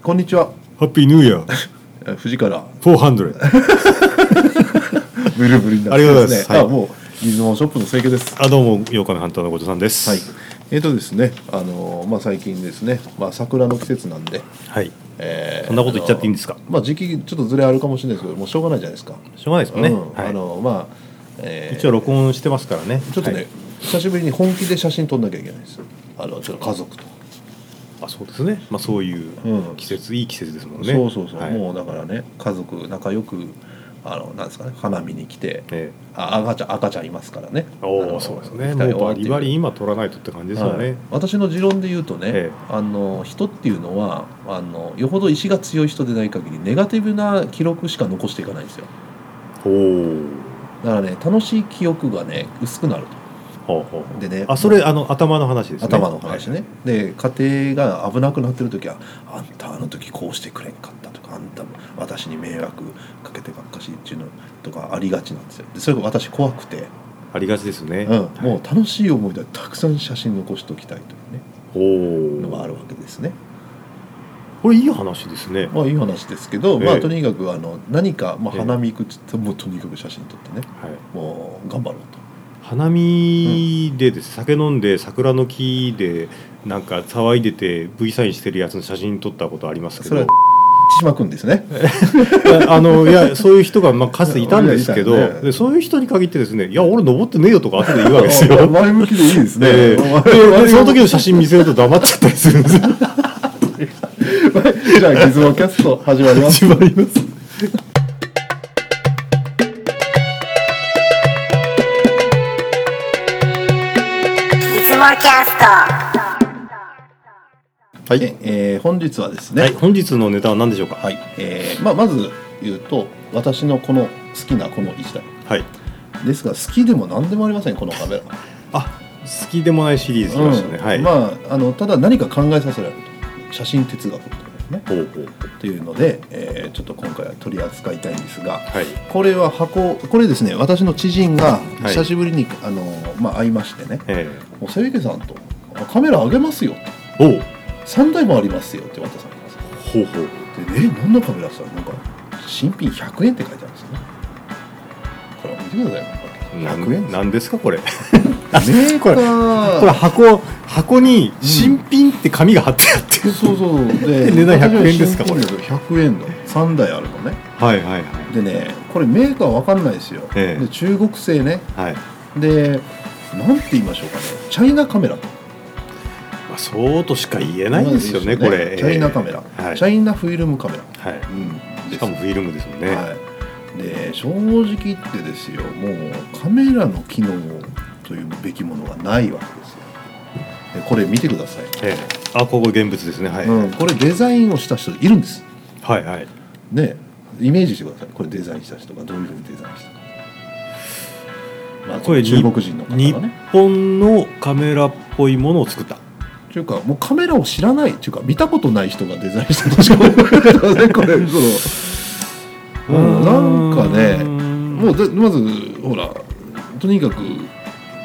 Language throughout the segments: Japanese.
こんにちはハッピーニューイヤーえ藤から400。ブルブルになってありがとうございますねはいあもうギズモショップの清家ですあ、どうも、洋館のハンターのごとさんです。はいえっ、とですねあのーまあ最近ですねまあ桜の季節なんで、はい。えーそんなこと言っちゃっていいんですかあのまあ時期ちょっとずれあるかもしれないですけどもうしょうがないじゃないですかしょうがないですもんね。うんはいあのまあ、えー一応録音してますからね。ちょっとね、はい久しぶりに本気で写真撮んなきゃいけないですあのちょっと家族と、あ、そうですね。まあ、そういううん季節、いい季節ですもんね。そうそうそう、はいもうだからね家族仲良くあのなんですかね花見に来てええあ赤ちゃん赤ちゃんいますからねあおお、のそうですね。行きたいもうバわっていリバリ今取らないとって感じですよはいね。私の持論で言うとね、ええあの人っていうのはあのよほど意志が強い人でない限りネガティブな記録しか残していかないんですよおお。だからね楽しい記憶がね薄くなるほうほうほとうでねあ、それ、あの、頭の話ですね。頭の話はい。ね、で家庭が危なくなってる時は「あんたあの時こうしてくれんかった」とか「あんたも私に迷惑かけてばっかし」っていうのとかありがちなんですよでそれが私怖くて、ありがちですね。うん、もう楽しい思いでたくさん写真残しておきたいというねうのおがあお。るわけですねこれいい話ですね。まあいい話ですけど、まえあえとにかくあの何か、まあ、ええ花見行くっつってもうとにかく写真撮ってねはい。もう頑張ろうと。花見でです、酒飲んで桜の木でなんか騒いでて V サインしてるやつの写真撮ったことありますけそれはど島君ですね。あのいやそういう人がまあかつていたんですけど、いやいたね。でそういう人に限ってですね「いや俺登ってねえよ」とか後で言うわけですよ 前向きでいいですね。でででその時の写真見せると黙っちゃったりする んですよ。じゃあ、ギズモキャスト始まります。まりますいつもキャストはい、えー本日はですね。はい、本日のネタは何でしょうか。はい、えーまあ、まず言うと、私のこの好きなこの一台。はい、ですが、好きでも何でもありません、このカメラ。あ好きでもないシリーズ来ましたね。うんはい、まあ、あの、ただ、何か考えさせられると。写真哲学というのね。ほうほうというので、えーちょっと今回は取り扱いたいんですが。はいこれは箱これですね私の知人がい久しぶりに、あのまあ、会いましてねえ「もう清家さんとあカメラあげますよ」とえおう「3台もありますよ」って渡されますほうほうで「え何のカメラさなんか新品100円」って書いてあるんですよねこれ見てくださいなん100円なんですかこれ。ですメーカーこれ箱箱に新品って紙が貼ってあって、そうそうそうで 値段100円ですか私は新品100円の3台あるのねはいはいはいでねこれメーカーわかんないですよ、ええで中国製ねはい、でなんて言いましょうかねチャイナカメラとまあ、そうとしか言えないんですよねこれチャイナカメラ、えーはいチャイナフィルムカメラ、うはい、んですしかもフィルムですもんね、はい、で正直言ってですよもうカメラの機能というべきものがないわけですよでこれ見てください、ええあここ現物ですねはい、うん、これデザインをした人いるんですはいはいねイメージしてくださいこれデザインした人がどういうふうにデザインしたか、まあ、これ中国人の方が日ね本のカメラっぽいものを作ったっていうかもうカメラを知らないっていうか見たことない人がデザインした としか思えないよねこれそう、うん、なんかねももうだまずほらとにかく、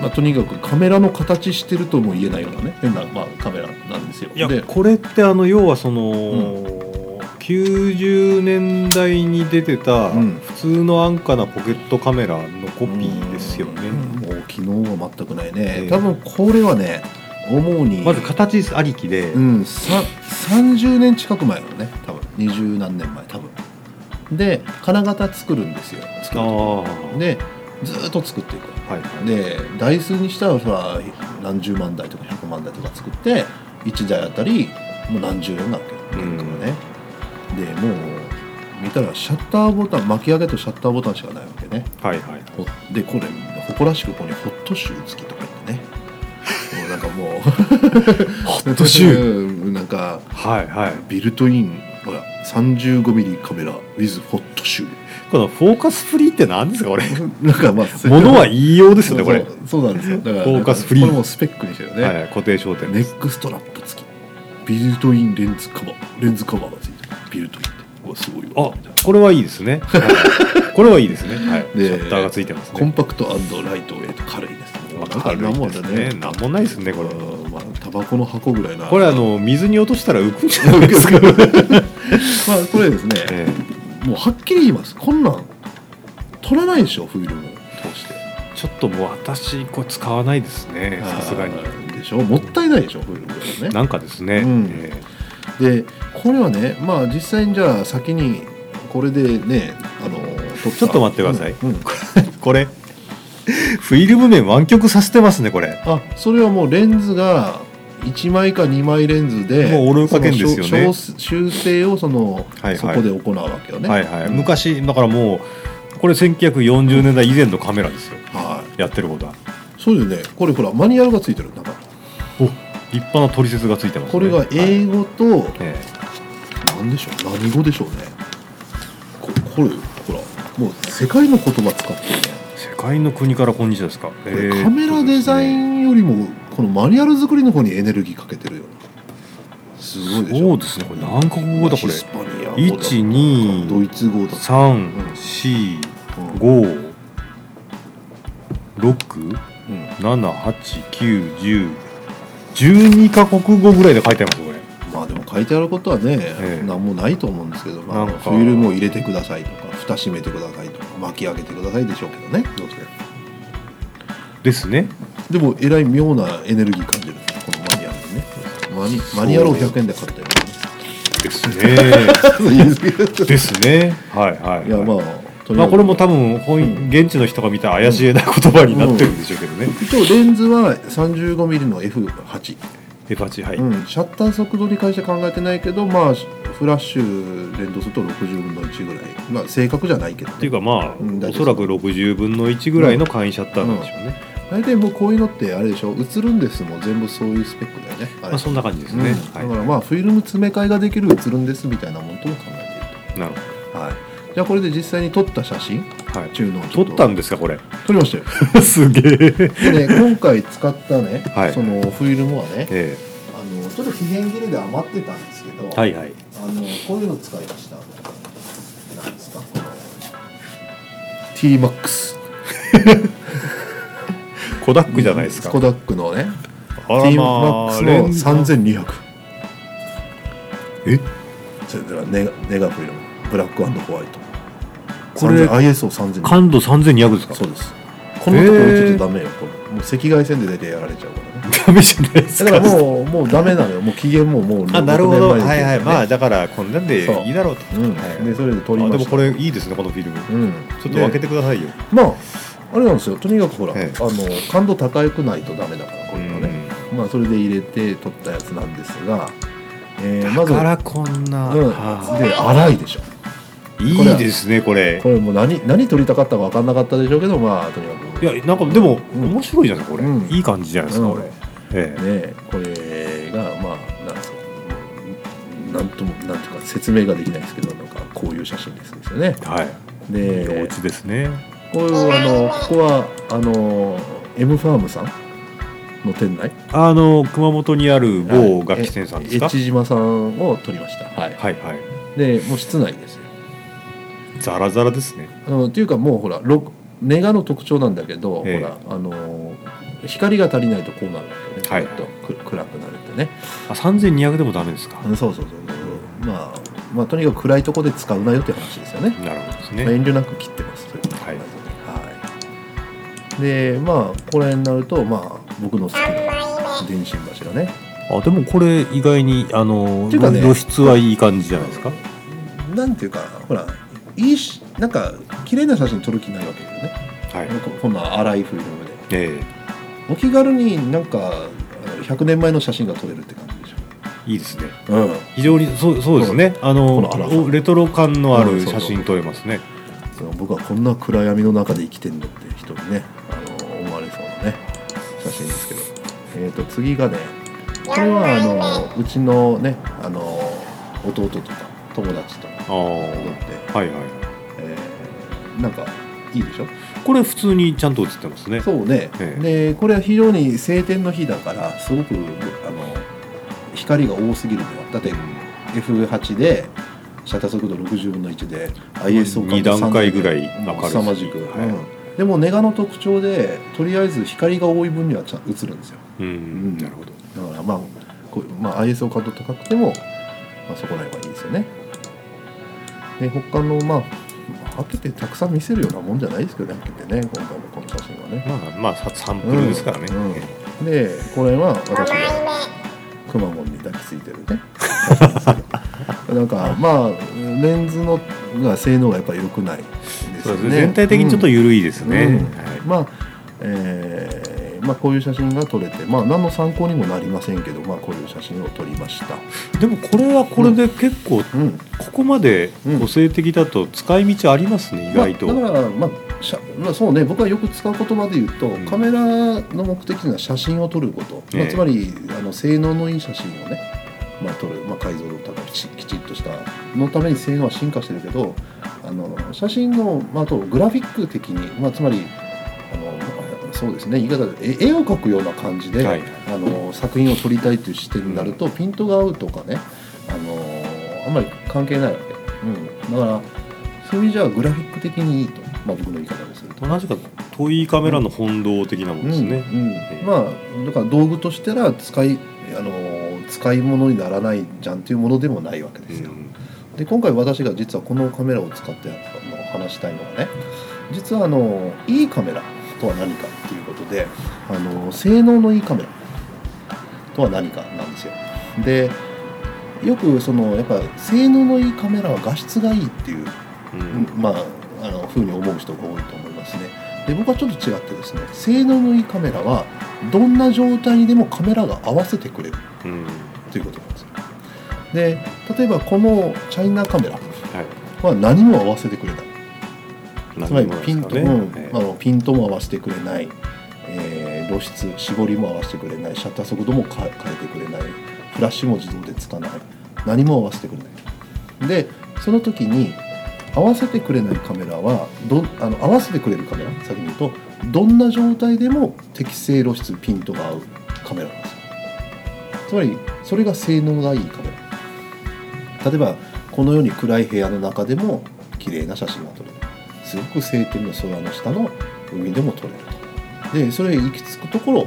まあ、とにかくカメラの形してるとも言えないようなね変な、まあ、カメラなんですよ。いやでこれってあの要はその、90年代に出てたうん普通の安価なポケットカメラのコピーですよね、うんもう機能は全くないね、ええ多分これはね思うにまず形ありきで、うん、さ30年近く前のね多分二十何年前多分で金型作るんですよ作あるあはでずーっと作っていくいはいで台数にしたらそら何十万台とか100万台とか作って1台あたりもう何十円なわけようん原価がね、でもう見たらシャッターボタン巻き上げとシャッターボタンしかないわけねはいはいほでこれ誇らしくここにホットシュー付きとか言ってねもうなんかもうホホットシューーなんかはいはいビルトインほら 35mm カメラ with ホットシューこのフォーカスフリーって何ですかこ れなんかまあものは言いようですそようねこれそうそうなんですよだからフォーカスフリーこれもうスペックにしてるよね、はい固定焦点ネックストラップ付きビルトインレンズカバーレンズカバーが付いてるビルトインってうわすごいわあこれはいいです ねはいこれはいいですねはいシでャッターがついてますコンねパクトライトウェイト軽いですまあ軽いですねなんもないですねこれうんまあ、多分バコの箱ぐらいなこれあの水に落としたら浮くんじゃない ですか、まあこれですね、ええもうはっきり言いますこんなん取らないでしょフィルムを通してちょっともう私これ使わないですねさすがにでしょもったいないでしょフィルムはねなんかですね、うんええでこれはねまあ実際にじゃあ先にこれでねあの撮たちょっと待ってくださいうんうんこれフィルム面湾曲させてますねこれあそれはもうレンズが1枚か2枚レンズでもうオール加減ですよねその修修正をその、はいはいそこで行うわけよねはいはい、うん昔だからもうこれ1940年代以前のカメラですよはやってることはいそうですねこれほらマニュアルがついてるんだか立派な取説がついてます、ね、これがはい英語と、えなんでしょう何語でしょうねここれほらもう世界の言葉使ってるねえ世界の国から今日ですか、これえーっとカメラデザイでンよりもこのマニュアル作りの方にエネルギーかけてるよすごいすでしねそょうですねこれ何カ国語だこヒれスパニア語だ1 2ドイツ語だ3 4うん5 6うん7 8 9 1 0 12カ国語ぐらいで書いてありますこれまあでも書いてあることはね、ええ何もないと思うんですけど、まあ、なんかフィルムを入れてくださいとか蓋閉めてくださいとか巻き上げてくださいでしょうけどねどうせですねでもえらい妙なエネルギー感じるこのマニュアルねマニマニュアルを100円で買ったよ、ですね いですねはいはい、はい、やまあとりまあえあずこれも多分本うん現地の人が見た怪しげな言葉になってるんでしょうけどね、一応レンズは 35mm の F8、 F8 はい、うん、シャッター速度に関して考えてないけどまあフラッシュ連動すると60分の1ぐらいまあ正確じゃないけど、っていうかまあ、うんおそらく60分の1ぐらいの簡易シャッターなんでしょうね、大体もうこういうのってあれでしょ映るんですもん全部そういうスペックだよねあれまあ、そんな感じですね、うんはい、だからまあフィルム詰め替えができる映るんですみたいなものとも考えなるていると、はい、じゃあこれで実際に撮った写真っほど、はい、ていうのをち撮ょっとたんです かこれ撮りましたよすげえでね今回使ったね、はいそのフィルムはね えあのちょっと期限切れで余ってたんですけど、えはいはいあのこういうの使いました何ですか T-MAX コダックじゃないですか、コダックのねあ T-MAX らまあレのンズ3200えそれではネガネガフィルムブラックホワイトこれ ISO3200 感度3200ですかそうですこのところちょっとダメよこれもう赤外線で出てやられちゃうからねダメじゃないですだかからもうもうダメなのよもう期限ももう あなるほ6どは年前いにはいまあねだからこんなんでいいだろうとうんはいでそれで撮りあましたでもこれいいですねこのフィルム、うんちょっと分けてくださいよ、まああれなんですよとにかくほら、ええあの感度高くないとダメだからこうれはんね、まあそれで入れて撮ったやつなんですが、えーまだずからこんな、うんはで荒いでしょいいいですねこれこれもう何何撮りたかったか分かんなかったでしょうけどまあとにかくいやなんかでも、うん面白いじゃないですかこれ、うんいい感じじゃないですか、うんこれ、えねえこれがまあなんですかなんともなんていうか説明ができないですけどなんかこういう写真ですですよねはい、でお家ですねこういうあのここはあの M ファームさんの店内あの熊本にある某楽器店さんですか、えはい、越島さんを撮りましたはいはいでもう室内ですよザラザラですねあのっていうかもうほらろネガの特徴なんだけど、ええほらあの光が足りないとこうなるんだよねちょはいっとく暗くなるってね、あ3200でもダメですか、うんそうそうそうそうまあまあとにかく暗いとこで使うなよって話ですよね、なるほどですまあね、遠慮なく切ってますということで、はいはいでまあこれになるとまあ僕の好きな電信柱ねあでもこれ意外にあの、ていうかね露出はいい感じじゃないですか、なんていうかほらいいしなんか綺麗な写真撮る気ないわけだよねはいここんな荒いフィルムでえお気軽になんかあの100年前の写真が撮れるって感じでしえいいですねょ、うん、非常にそうそうですねあのこの荒さおレトロ感のあうんるそうそう写真撮れますね、その僕はこんな暗闇の中で生きてるのって人にねあの思われそうなね写真ですけど、えー、と次がねこれはあのうちのねあの弟とか友達とか撮ってあ、あはいはいえーなんかいいでしょこれ普通にちゃんと写ってますね。そうね、ええでこれは非常に晴天の日だからすごくあの光が多すぎるのよだって F8 でシャッター速度60分の1で ISO 二段階ぐらい明るい凄まじく、はいうんでもネガの特徴でとりあえず光が多い分にはちゃん映るんですようんんなるほどだからまあこう、まあ、ISO 感度高くても、まあ、そこらへんはいいですよね。で他のまあはけてたくさん見せるようなもんじゃないですけどねはけてね今回のこの写真はね。まあまあササンプルですからね、うんうんでこれは私甘いがねくまモンに抱きついてるね なんかまあレンズのが性能がやっぱり良くないですそうよですねね全体的にちょっとうん緩いですね、うんはいまあえーまあ、こういう写真が撮れて、まあ、何の参考にもなりませんけど、まあ、こういう写真を撮りました、でもこれはこれで結構うんここまで個性的だと使い道ありますね意外と、まあ、だから、まあしゃまあ、そうね僕はよく使う言葉で言うと、うんカメラの目的というのは写真を撮ること、ええまあ、つまりあの性能のいい写真をね、まあ、撮る、まあ、解像度高くきちきちっとしたのために性能は進化してるけどあの写真の、まあ、あとグラフィック的に、まあ、つまりあのまあそうですね言い方で絵絵を描くような感じで、はいあの作品を撮りたいという視点になると、ピントが合うとかねあのあんまり関係ないわけ、うん、だからそういう意味じゃグラフィック的にいいと、まあ、僕の言い方ですると。同じか遠いカメラの本堂的なもんですね、うんうんまあだから道具としたら使いあの使い物にならないじゃんというものでもないわけですよ。で今回私が実はこのカメラを使ってあの話したいのがね実はあのいいカメラとは何かっていうことであの性能のいいカメラとは何かなんですよ。でよくそのやっぱ性能のいいカメラは画質がいいっていううんまあ、あのふうに思う人が多いと思いますねで僕はちょっと違ってですね性能のいいカメラはどんな状態にでもカメラが合わせてくれるうんうんということなんですよで例えばこのチャイナカメラはいは何も合わせてくれないつまり何もないでピすンかト,、ねうんえあのピントも合わせてくれない、えー露出絞りも合わせてくれないシャッター速度もか変えてくれないフラッシュも自動でつかない何も合わせてくれないでその時に合わせてくれないカメラはどあの合わせてくれるカメラ先に言うとどんな状態でも適正露出ピントが合うカメラなんですよつまりそれが性能がいいカメラ例えばこのように暗い部屋の中でも綺麗な写真が撮れるすごく晴天の空の下の海でも撮れるとでそれへ行き着くところ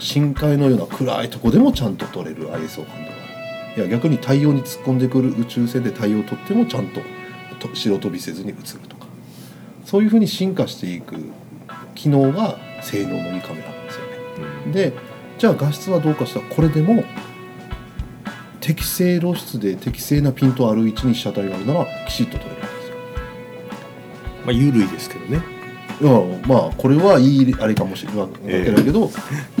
深海のような暗いとこでもちゃんと撮れる ISO 感度があるいや逆に太陽に突っ込んでくる宇宙船で太陽を撮ってもちゃんとと白飛びせずに映るとかそういうふうに進化していく機能が性能のいいカメラなんですよねうんでじゃあ画質はどうかしたらこれでも適正露出で適正なピントある位置に被写体があるならきちっと撮れるんですよまあ緩いですけどねいやまあこれはいいあれかもしれないけだけど、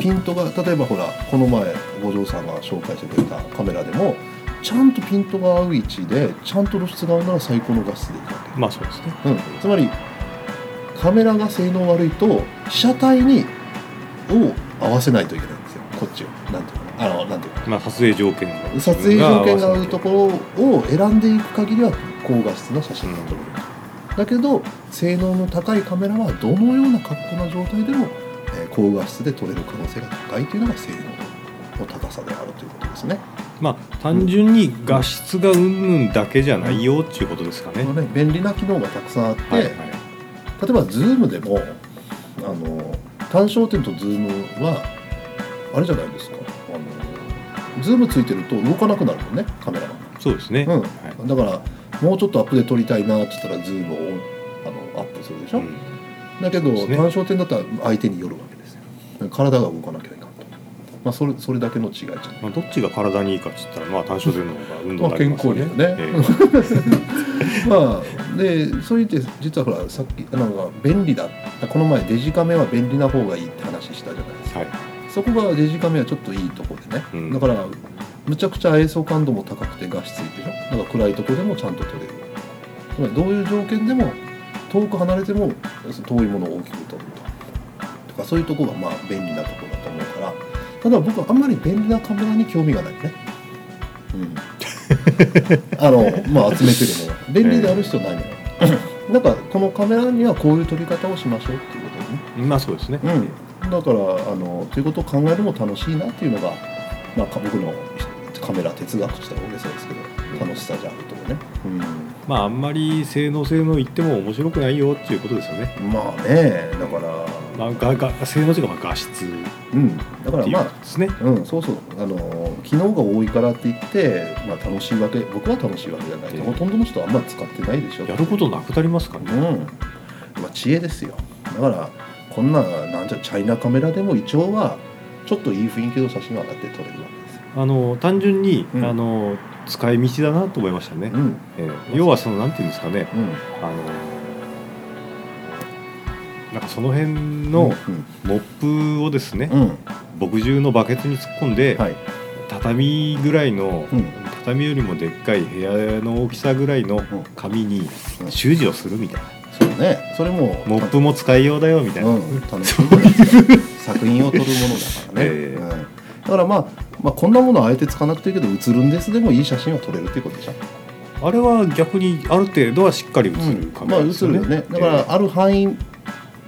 ピントが例えばほらこの前五条さんが紹介してくれたカメラでもちゃんとピントが合う位置でちゃんと露出が合うなら最高の画質でいくわけまあそうですねうん、つまりカメラが性能悪いと被写体にを合わせないといけないんですよこっちをなんていうかなあのなんていうかまあ撮影条件が撮影条件が合うところを選んでいく限りは高画質な写真が撮れる、だけど性能の高いカメラはどのような格好な状態でも、えー高画質で撮れる可能性が高いというのが性能の高さであるということですね。まあ単純に画質がうんぬんだけじゃないよっていうことですかね、このね便利な機能がたくさんあって、はいはい例えば Zoom でもあの単焦点と Zoom はあれじゃないですかあの Zoom ついてると動かなくなるもんねカメラが、そうですね、うんはいだからもうちょっとアップで撮りたいなって言ったら Zoom をあのアップするでしょ、うんだけど、ですね単焦点だったら相手によるわけですよ体が動かなきゃいかんと、まあ、それそれだけの違いじゃないまあ、どっちが体にいいかって言ったらまあ単焦点の方が運動 まあにな健りま康すよにねはね、ええまあでそう言って実はほらさっきなんか便利だこの前デジカメは便利な方がいいって話したじゃないですかはいそこがデジカメはちょっといいとこでね、うんだからむちゃくちゃ映像感度も高くて画質いいでしょだから暗いとこでもちゃんと撮れるつまりどういう条件でも遠く離れても遠いものを大きく撮るととかそういうとこがまあ便利なとこだと思うからただ僕はあんまり便利なカメラに興味がないねうんあのまあ集めてるもの便利である必要ないのよ、だからこのカメラにはこういう撮り方をしましょうっていうことでね まあそうですね、うん、だからあのということを考えるのも楽しいなっていうのが、まあ、か僕のカメラ哲学としたら大げさですけど楽しさじゃあるとかね、まああんまり性能性能言っても面白くないよっていうことですよねまあねだからまあ、がが性能というかまあ画質っていううん、だからまあことですね、うん、そうそうあの機能が多いからって言って、まあ、楽しいわけ僕は楽しいわけじゃないけど、ええほとんどの人はあんま使ってないでしょやることなくなりますからうね、ん、まあ、知恵ですよだからこんななんじゃチャイナカメラでも一応はちょっといい雰囲気の写真は上がって撮れるわけですよ、あの単純に、うんあの使い道だなと思いましたね、うんええ要はそのなんていうんですかねうん、あのなんかその辺のモップをですね、うん、うん墨汁のバケツに突っ込んで、はい畳ぐらいの、うん畳よりもでっかい部屋の大きさぐらいのん紙にうん習字をするみたいな、そうねそれもモップも使いようだよみたいな、 うん、楽しいことですよ作品を撮るものだからね、ええうん、だからまあ、まあ、こんなものはあえて使わなくていいけど写るんですでもいい写真は撮れるっていうことでしょあれは逆にある程度はしっかり写るカうん、まメあラで映すよるね,えよえ、ねだからある範囲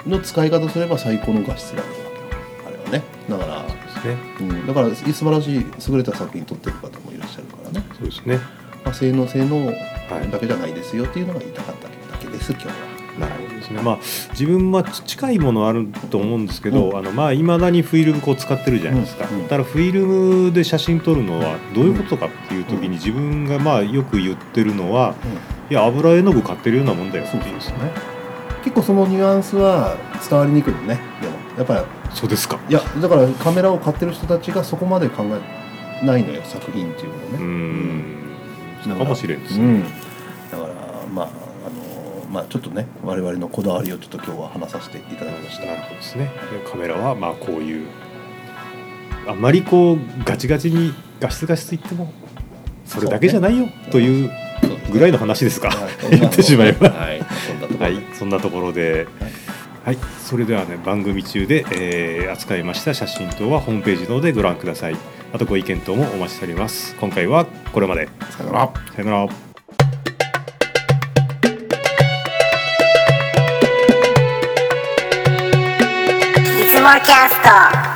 の使い方すれば最高の画質があるわけあれはねだから、そうですねうん、だから素晴らしい優れた作品撮ってる方もいらっしゃるからね、そうですねまあ、性能性能はいだけじゃないですよっていうのが言いたかっただけです今日はなるほどですねまあ自分はち近いものあると思うんですけど、あのまあ未だにフィルムこう使ってるじゃないですか、うんうんだからフィルムで写真撮るのはどういうことかっていう時に自分がまあよく言ってるのは、いや油絵の具買ってるようなもんだよっていうですね結構そのニュアンスは伝わりにくいよねでもやっぱりそうですかいやだからカメラを買ってる人たちがそこまで考えないのよ作品っていうものうね、んそうかもしれんですうね、ん、だからまああのまあちょっとね我々のこだわりをちょっと今日は話させていただきました、なるほどですねでカメラはまあこういうあんまりこうガチガチに画質画質言ってもそれだけじゃないよというぐらいの話ですか、言ってしまえばはいそんなところはでい、そんなところで、はい、それではね、番組中で、えー扱いました写真等はホームページ等でご覧ください。あとご意見等もお待ちしております。今回はこれまで。さよならさよなら。いつもキャスト